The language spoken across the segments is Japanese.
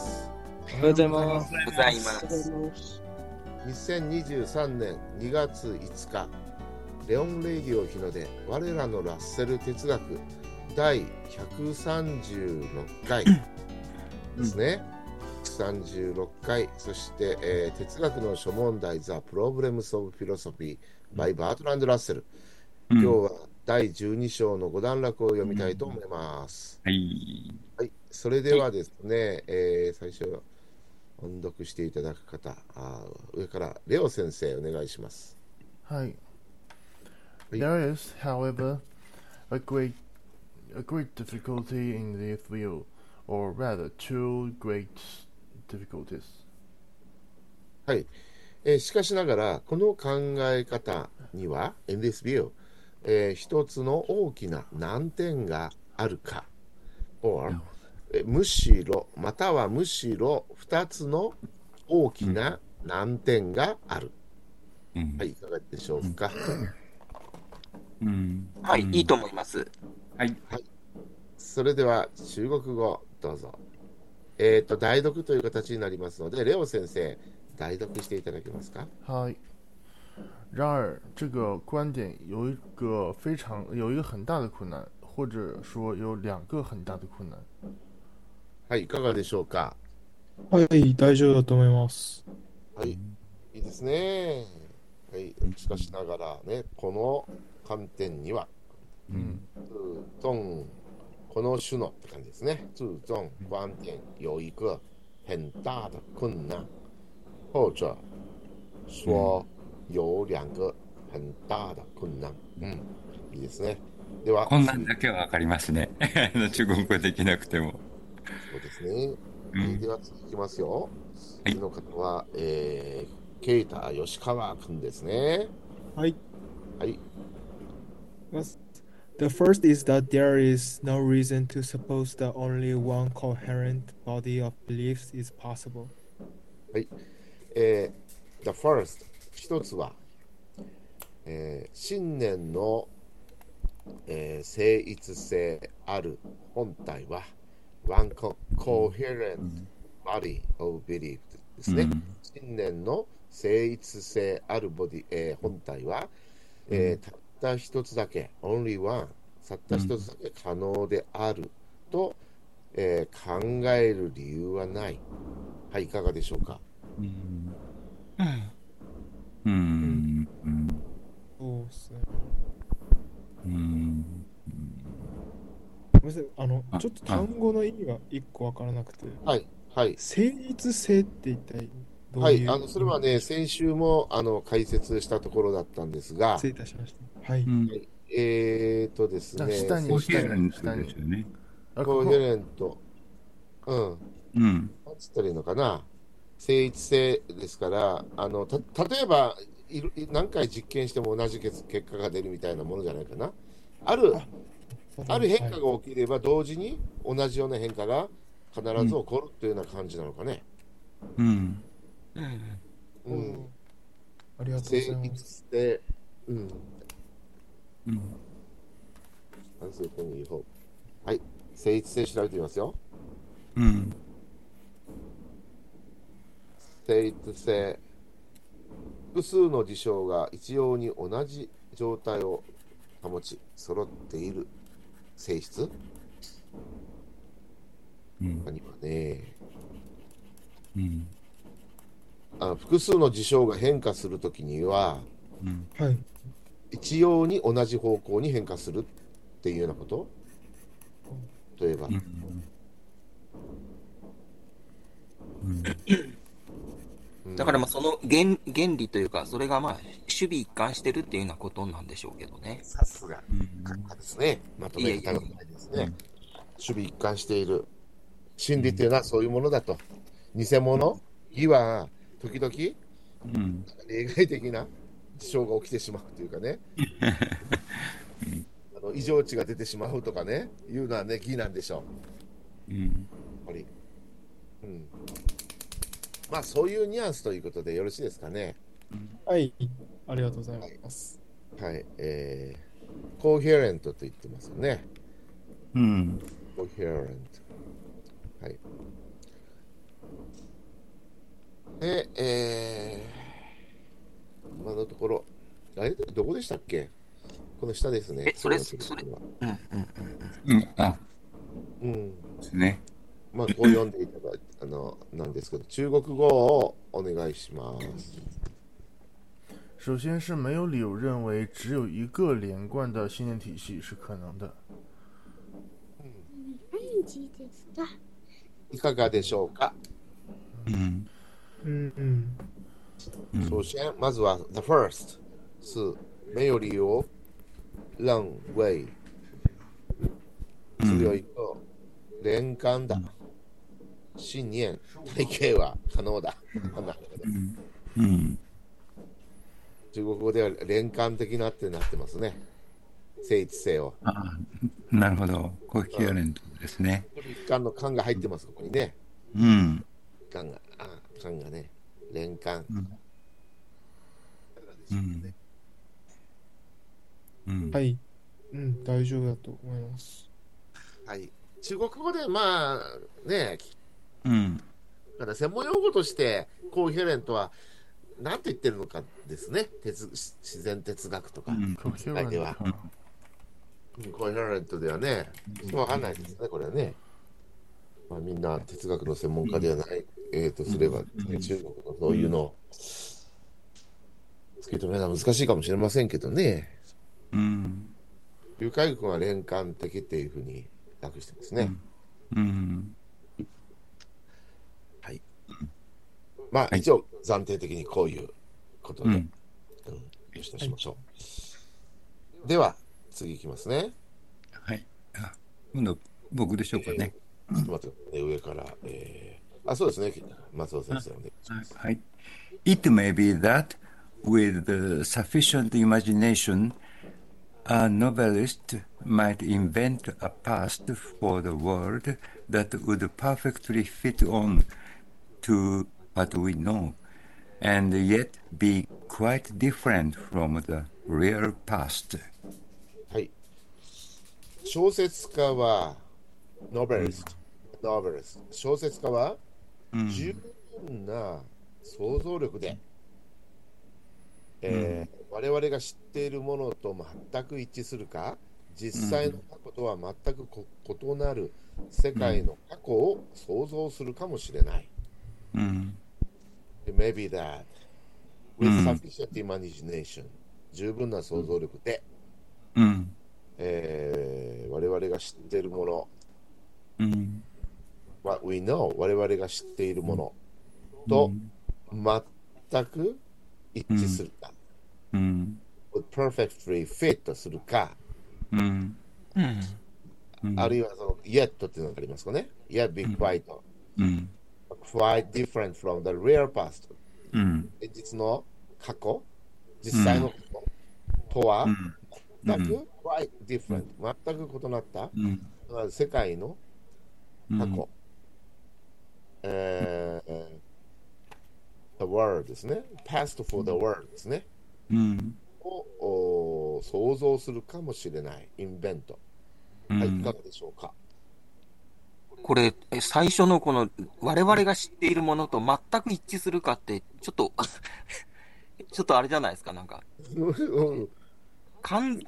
おはようございます。ございます。 2023年2月5日レオン・レイディオ日の出我らのラッセル哲学第136回ですね、136回そして、えー哲学の諸問題「ザ・プロブレムス・オブ・フィロソフィー」by バートランド・ラッセルうん今日は第12章の五段落を読みたいと思います、はい。はい、それではですね、えー最初、音読していただく方、あー上からレオ先生、お願いします。 Hi. Hey. There is, however, a great a great difficulty in this view, or rather two great difficulties. えーしかしながら、この考え方には、in this view、えー一つの大きな難点があるか、or えーむしろ、またはむしろ二つの大きな難点がある。うんはい、いかがでしょうか。うん。はい、うんいいと思います。はい。それでは中国語どうぞ。えっ、と代読という形になりますので、レオ先生代読していただけますか。 Hi. 然而，这个观点有一个非常有一个很大的困难，或者说有两个很大的困难。はい、いかがでしょうか。はい、大丈夫だと思います。はい、いいですね。はい、しかしながらね、この観点には、うん。ツートンこの種のって感じですね。ツートン观点有一个很大的困难，或者说有两个很大的困難。うん、いいですね。では、こんなんだけはわかりますね。あの中国語できなくても。そうですね。うえーん。では続きますよ。い次の方は、えー、ケイタ吉川君ですね。はい。はい。 The first is that there is no reason to suppose that only one coherent body of beliefs is possible. えー The first 一つは、えー信念の、えー誠一性ある本体は One co- coherent body of belief ですね、うん信念の誠一性あるボディ、えー本体は、えーたった一つだけ Only one たった一つだけ可能であると、えー考える理由はないはいいかがでしょうかうん。うん。そうですね。うん。ごめんなさい、あの、あちょっと単語の意味が一個わからなくて、はいはい成立性って一体どうはいい、うあのそれはね、先週もあの解説したところだったんですが失、礼いたしました。はい。えー、とですね、あ下にココーヒーなんですよね。而コーヘ co- レント、うん、うん。なんつったらいいのかな、誠一性ですから、あのた例えばいろい何回実験しても同じ結結果が出るみたいなものじゃないかな。あるある変化はいが起きれば、同時に同じような変化が必ず起こるというような感じなのかね。うん。うんありがとう誠ございま一す。性、うん、うん。反省点に言う方はい、誠一性調べてみますよ。うん。誠一性複数の事象が一様に同じ状態を保ち揃っている性質うん。何かねうん。あ複数の事象が変化するときにはうん。はい。一様に同じ方向に変化するっていうようなこと例えば、だからまあその原原理というか、それがまあ守備一貫してるっていうようなことなんでしょうけどね。さすがですねまとめ方がうまいですねいえいえ守備一貫している真理っていうのはそういうものだと偽物義は時々うん。例外的な事象が起きてしまうというか ねあの異常値が出てしまうとかねいうのはね義なんでしょうん。うやっぱり、うん、まあそういうニュアンスということでよろしいですかねはい。ありがとうございます。はいえー、コーヘレントと言ってますよねうん。コーヘレントはいで、えー、今のところ、あれどこでしたっけこの下ですね。えそれそうなんですようんうんうん。うん、あ、うん。ですね。まあ、こう読んでいただいあの、なんですけど、中国語をお願いします。首先是没有理由认为只有一个连贯的信念体系是可能的。毎日ですかいかがでしょうかうん。嗯嗯，うん首先、まずは The First 是没有理由认为只有一个連貫だ信念体系は可能だ。 あなるほどうん。中国語では連環的なってなってますね。聖一性を。なるほど。コヒアレントですね。一貫の勘が入ってます、ここにね。うん。勘が、あ勘がね。連環。うん。うん。はい、うん大丈夫だと思います。はい。中国語で、まあ、ね、うん。だから専門用語として、コーヒーレントは、なんて言ってるのかですね。哲自然哲学とか、うん界では Coherent かコーヒーレントではね、わかんないですね、これはね。まあ、みんな哲学の専門家ではない、えー、とすれば、ね、中国のそういうのを突き止めるのは難しいかもしれませんけどね。うん。劉海軍は連環的っていうふうに訳してますね。うん。まあ、い一応、暫定的にこういうことで、ううんん、よしとしましょう。では、次いきますね。はい。あ、今度、僕でしょうかね。ちょっと待ってくださいね、上から。えー、あ、そうですね、松尾先生お願いします。はい。It may be that with the sufficient imagination, a novelist might invent a past for the world that would perfectly fit on to what we know, and yet be quite different from the real past. はい。小説家は、ノベリスト、ノベリスト。小説家は、十分な想像力で、えー我々が知っているものと全く一致するか、実際の過去とは全くこ異なる世界の過去を想像するかもしれない。うん。 Maybe that with sufficient imagination、十分な想像力で、うん。えー我々が知っているもの、うん。 what we know 我々が知っているものと全く一致するか、うん。 would perfectly fit するか、うん。あるいはその yet っていうのがありますかね yet be quite、うん。 quite different from the real past うん。現実の過去実際のこととは全く quite different 全く異なったうん。世界の過去、うんえー the world ですね past for the world ですねうん。をおー想像するかもしれないインベント、はい、いかがでしょうかこれ、え最初のこの、我々が知っているものと全く一致するかって、ちょっと、 ちょっとあれじゃないですか、なんか、うん完、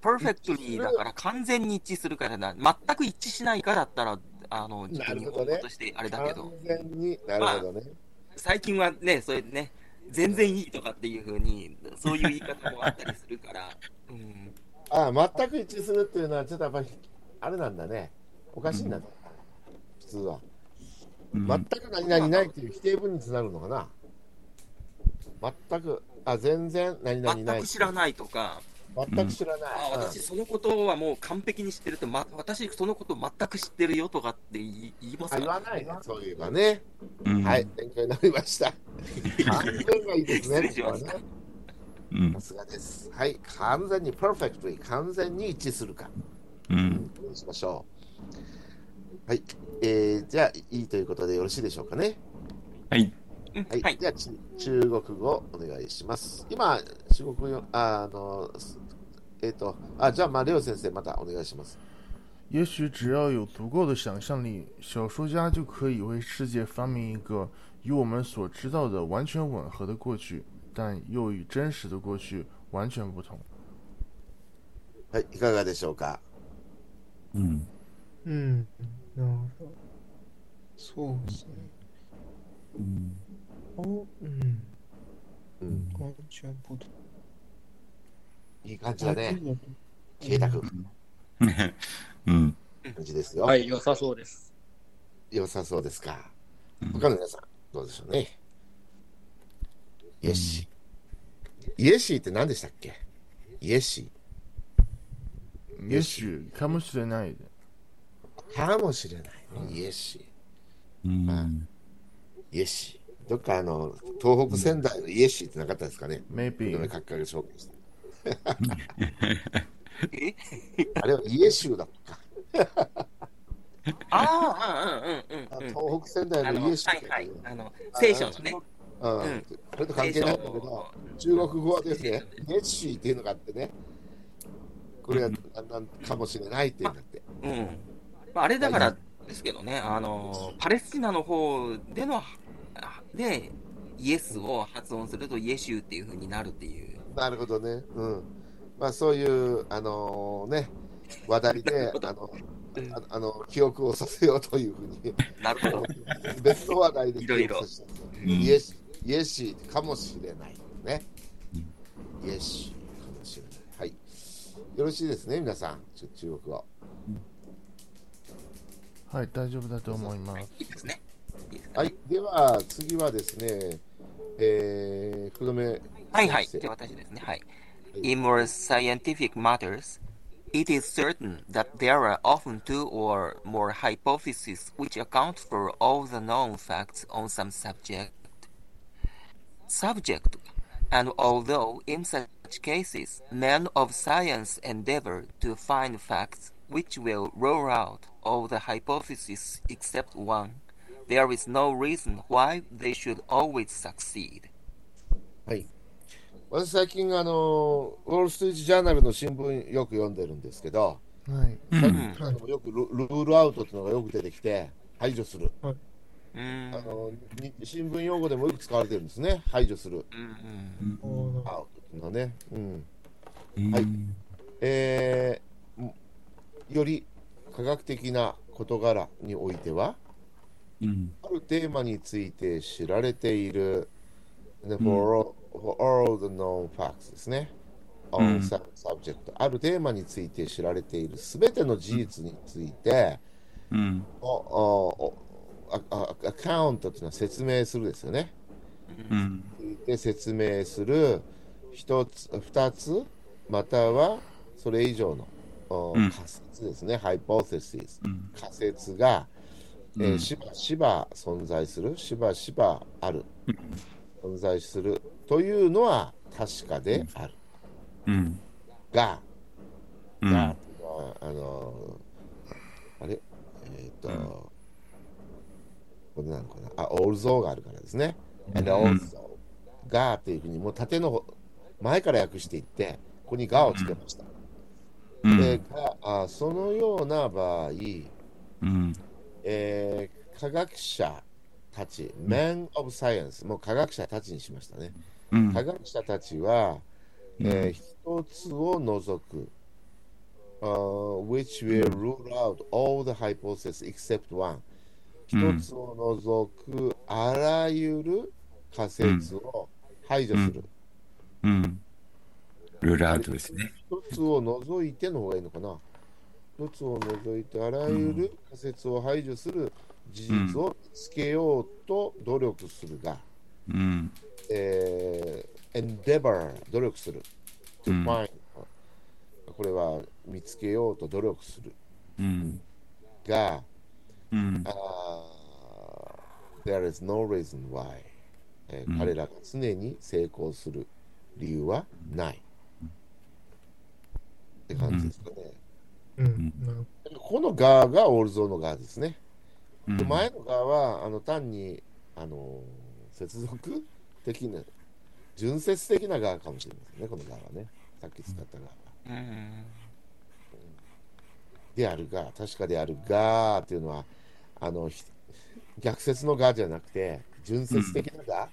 パーフェクトリーだから完全に一致するからな、全く一致しないかだったら、あの、ちょっと日本語としてあれだけ完ど、全になるほどね、最近はね、それね、全然いいとかっていうふうに、そういう言い方もあったりするから、うん、ああ全く一致するっていうのはちょっとやっぱりあれなんだねおかしいんだね、普通は全く何々ないっていう否定文につなるのかな全くあ全然何々ない全く知らないとか、全く知らないあ、私そのことはもう完璧に知ってるって、ま、私そのこと全く知ってるよとかって言い言いますあか言わないね、そういえばね。うんはい、勉強になりま した。完全がいいです失ね礼。しましたここはねうんさ。すがです。はい、完全に perfectly、完全に一致するか。うん。どうしましょう。はい、えー、じゃあ、いいということでよろしいでしょうかね。はい。うんはい、はいじゃあ、ち中国語お願いします。今、中国語よ、ああの、すえっ、と、あ、じゃあ、まあ、レオ先生、またお願いします。也许只要有足够的想象力，小说家就可以为世界发明一个与我们所知道的完全吻合的过去，但又与真实的过去完全不同。はい、いかがでしょうかうんうん。なるほど。そうですね。おうん。うん、完全不同。いい感じだ大ね。丈夫慶太君、うん感じですよ。はい、良さそうです。良さそうですか。他の皆さん、どうでしょうね。イエシー。イエシーって何でしたっけイエシ嗯也许かもしれない。ー。かもしれない、ね。イエシうんー。イエシー。どっかあの、東北仙台のイエシーってなかったですかね。井 Maybe 上閣下が紹介した。えあれはイエシューだったか。ああ、うんうんうんう東ん。北仙台あのの、イエシューっはいて、はい。あの、聖書のね。うんうんそれと関係ないんだけど、中国語はですね、イエシーっていうのがあってね、これはあなんかもしれないっていうんだって。うん。まあ、あれだからですけどね、あの、パレスチナの方での、あで、イエスを発音するとイエシューっていう風になるっていう。なるほどね。うん。まあそういう、あのね、話題 で、あの、ああの記憶をさせようというふうに、 なるほど。別の話題でいろいろ記憶させたんですよイエシイエシーかもしれないね。イエシーかもしれない。はい。よろしいですね、皆さん、ちょ中国語。はい、大丈夫だと思います。いいですね。いいですかはねい、では次はですね、えー、福留はいはい。先じ生ゃあ私ですね。はい。はい In more scientific matters, it is certain that there are often two or more hypotheses which account for all the known facts on some subject. Subject, and although in such cases men of science endeavor to find facts which will rule out all the hypotheses except one, there is no reason why they should always succeed. 私最近あのウォール・ストリート・ジャーナルの新聞よく読んでるんですけど、はい。最近あのよくルルールアウトっていうのがよく出てきて排除する Mm, あのに新聞用語でもよく使われてるんですね排除するうんうん。おアウトっていうのはね、うんははいえーんより科学的な事柄においてはうんあるテーマについて知られている、で for, all, for all the known facts ですね。on some subject あるテーマについて知られているすべての事実について、うんおおおああアカウントというのは説明するですよね。うんで説明する一つ、二つ、またはそれ以上のおうん仮説ですね、ハイポテシス、仮説が、えーしばしば存在する、しばしばある、存在するというのは確かであるうんが、うんがあのーあれ、えっ、と、これなのかな、あ、オールゾーがあるからですね。and also がっていうふうに、もう縦の方前から訳していって、ここにがをつけました。でがあ、そのような場合、うんえー科学者たち、men of science、もう科学者たちにしましたね。うん科学者たちは、えー一つを除く、uh, which will rule out all the hypotheses except one うん一つを除くあらゆる仮説を排除する、うんルールアウトですね。一つを除いての方がいいのかな一つを除いてあらゆる仮説を排除する事実をつけようと努力するが、うんえー、endeavor 努力する to うん find、これは見つけようと努力するうんが、うんあー there is no reason why、えー彼らが常に成功する理由はない、って感じですかね、うん。なるほこの側がオールゾーの側ですね、うんで前の側はあの単にあの接続的な純接的な側かもしれませんねこの側はねさっき使った側はうんであるが確かであるがっていうのはあのひ逆説の側じゃなくて純説的なのが、うん。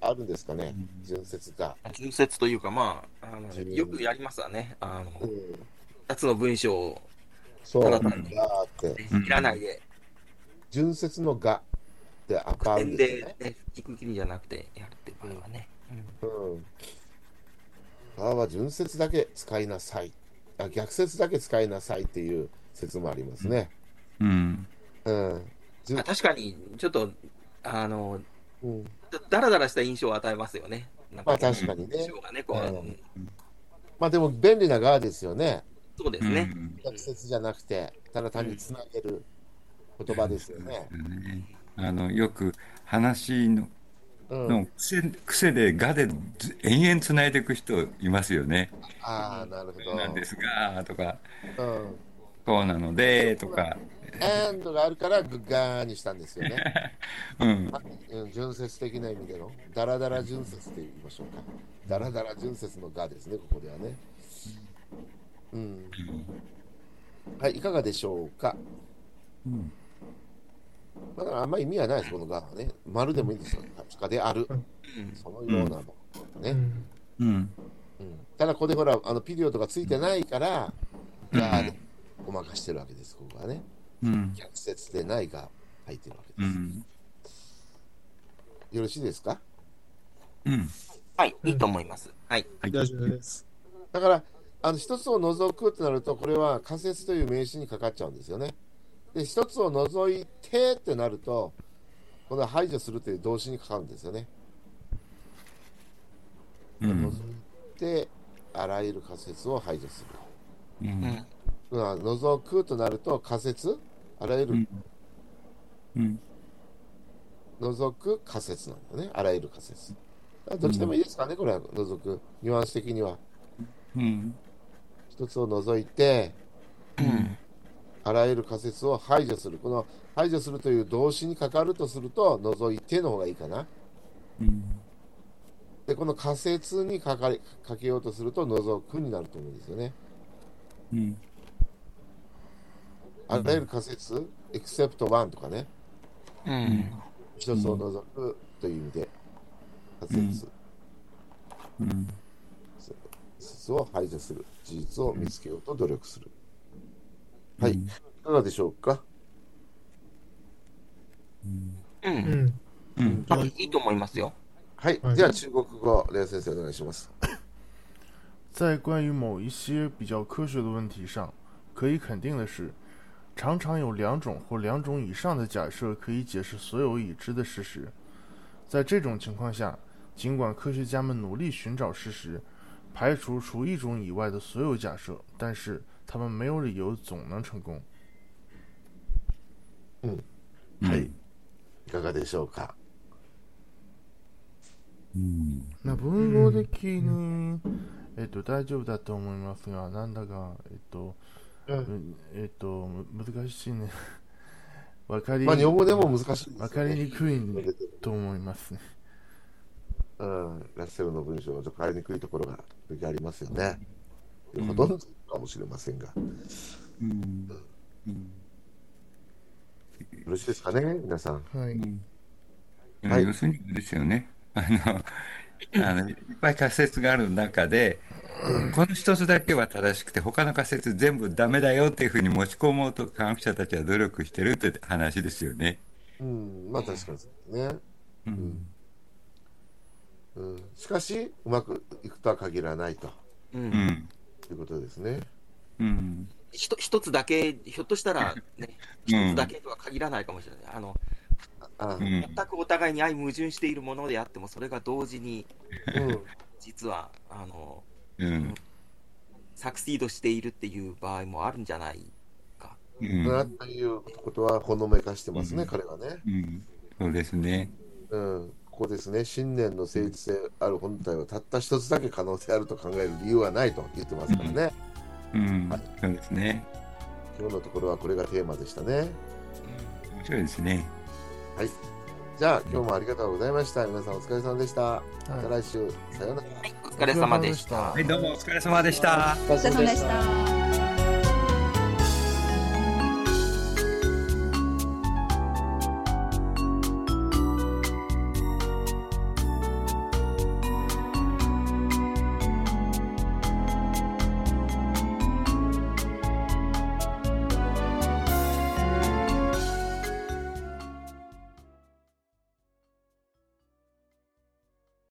ああるんですかね、純説が。純説というか、まあ、あの純よくやりますわね。あうん、の、二つの文章をそうなんうんだって、うん切らないで、純説のがって当たるん点ですよでね。、ね、聞くきりじゃなくてやるって場合はね。うん。ああは純説だけ使いなさい。あ逆説だけ使いなさいっていう説もありますね。うん。うん。う純ん、あ確かに、ちょっと、あの、うん、だだらだらした印象を与えますよね。なんまあ確かにね印象がね、こう、うんうんまあでも便利な側ですよね。そうですね。逆説じゃなくて、ただ単につなげる言葉ですよね。ねあのよく話のうん。の癖癖で「が」でず延々つないでいく人いますよね。ああ、なるほど。なんですがとかうん。こうなのでとか、エンドがあるからグッガーにしたんですよね。うん、うん純説的な意味での、ダラダラ純説って言いましょうか。ダラダラ純説のがですね、ここではね。うん。はい、いかがでしょうか。うんだからあんまり意味はないです、このがはね。丸でもいいんですよ。確かである。うんそのようなの。ね。うん、うんただここでほらあのピリオドがついてないから、ガーでごまかしてるわけですここはねうん、逆説でないが入ってるわけうです、ん、よろしいですかうん、はい、いいと思います。はい。はい大丈夫です。だからあの一つを除くってなるとこれは仮説という名詞にかかっちゃうんですよねで一つを除いてってなるとこの排除するという動詞にかかるんですよねうん除いてあらゆる仮説を排除するうんうんまあ除くとなると仮説あらゆるうん除く仮説なんだよね。あらゆる仮説。どっちでもいいですかね、これは除く。ニュアンス的には。うん一つを除いて、あらゆる仮説を排除する。この排除するという動詞にかかるとすると、除いての方がいいかな。うんで、この仮説にかかりかけようとすると、除くになると思うんですよね。うんあらゆる仮説、except one とかね。うん。一つを除くという意味で、仮説、うん説を排除する。事実を見つけようと努力する。はい。いかがでしょうかう。うんん。うんはい、いいと思いますよ。はい、はいじゃあ中国語、レイ先生お願いします。在关于某一些比较科学的问题上，可以肯定的是，常常有两种或两种以上的假设可以解释所有已知的事实。在这种情况下，尽管科学家们努力寻找事实，排除除一种以外的所有假设，但是他们没有理由总能成功。はい、いかがでしょうか。那文豪的に、えっと嗯大丈夫だと思いますが、なんだかえっと、うんえっとむ難しいね。 わかりまあ、日本語でも難しいですよねわかりにくい日本語でと思いますね。うん、ラッセルの文章はちょっと変えにくいところが時々ありますよね。ほとんどかもしれませんが。ようんろしいですかね、皆さん。はい。でもはい要するにあれですよね。あ の、あの、いっぱい仮説がある中で、この一つだけは正しくて、他の仮説全部ダメだよっていうふうに持ち込もうと科学者たちは努力してるって話ですよね。うん、まあ確かにそうですね。うん。うん、しかし、うまくいくとは限らないとうんう。ん。いうことですね。うん。ひと一つだけ、ひょっとしたらね、うん一つだけとは限らないかもしれない。あの、あ、う、うんん。全くお互いに相矛盾しているものであっても、それが同時に、実は、あの、うん。サクシードしているっていう場合もあるんじゃないか。うん。なということはほのめかしてますね、うん彼はね。うん。そうですね。うん、ここですね、信念の成立性ある本体はたった一つだけ可能であると考える理由はないと言ってますからね、うん。そうですね。今日のところはこれがテーマでしたね。面白いですね。はい、じゃあ、今日もありがとうございました。皆さんお疲れ様でした。また来週、さようなら。はい、お疲れ様でした。お疲はれ様でしたい、どうもお疲れ様でした。お疲れ様でした。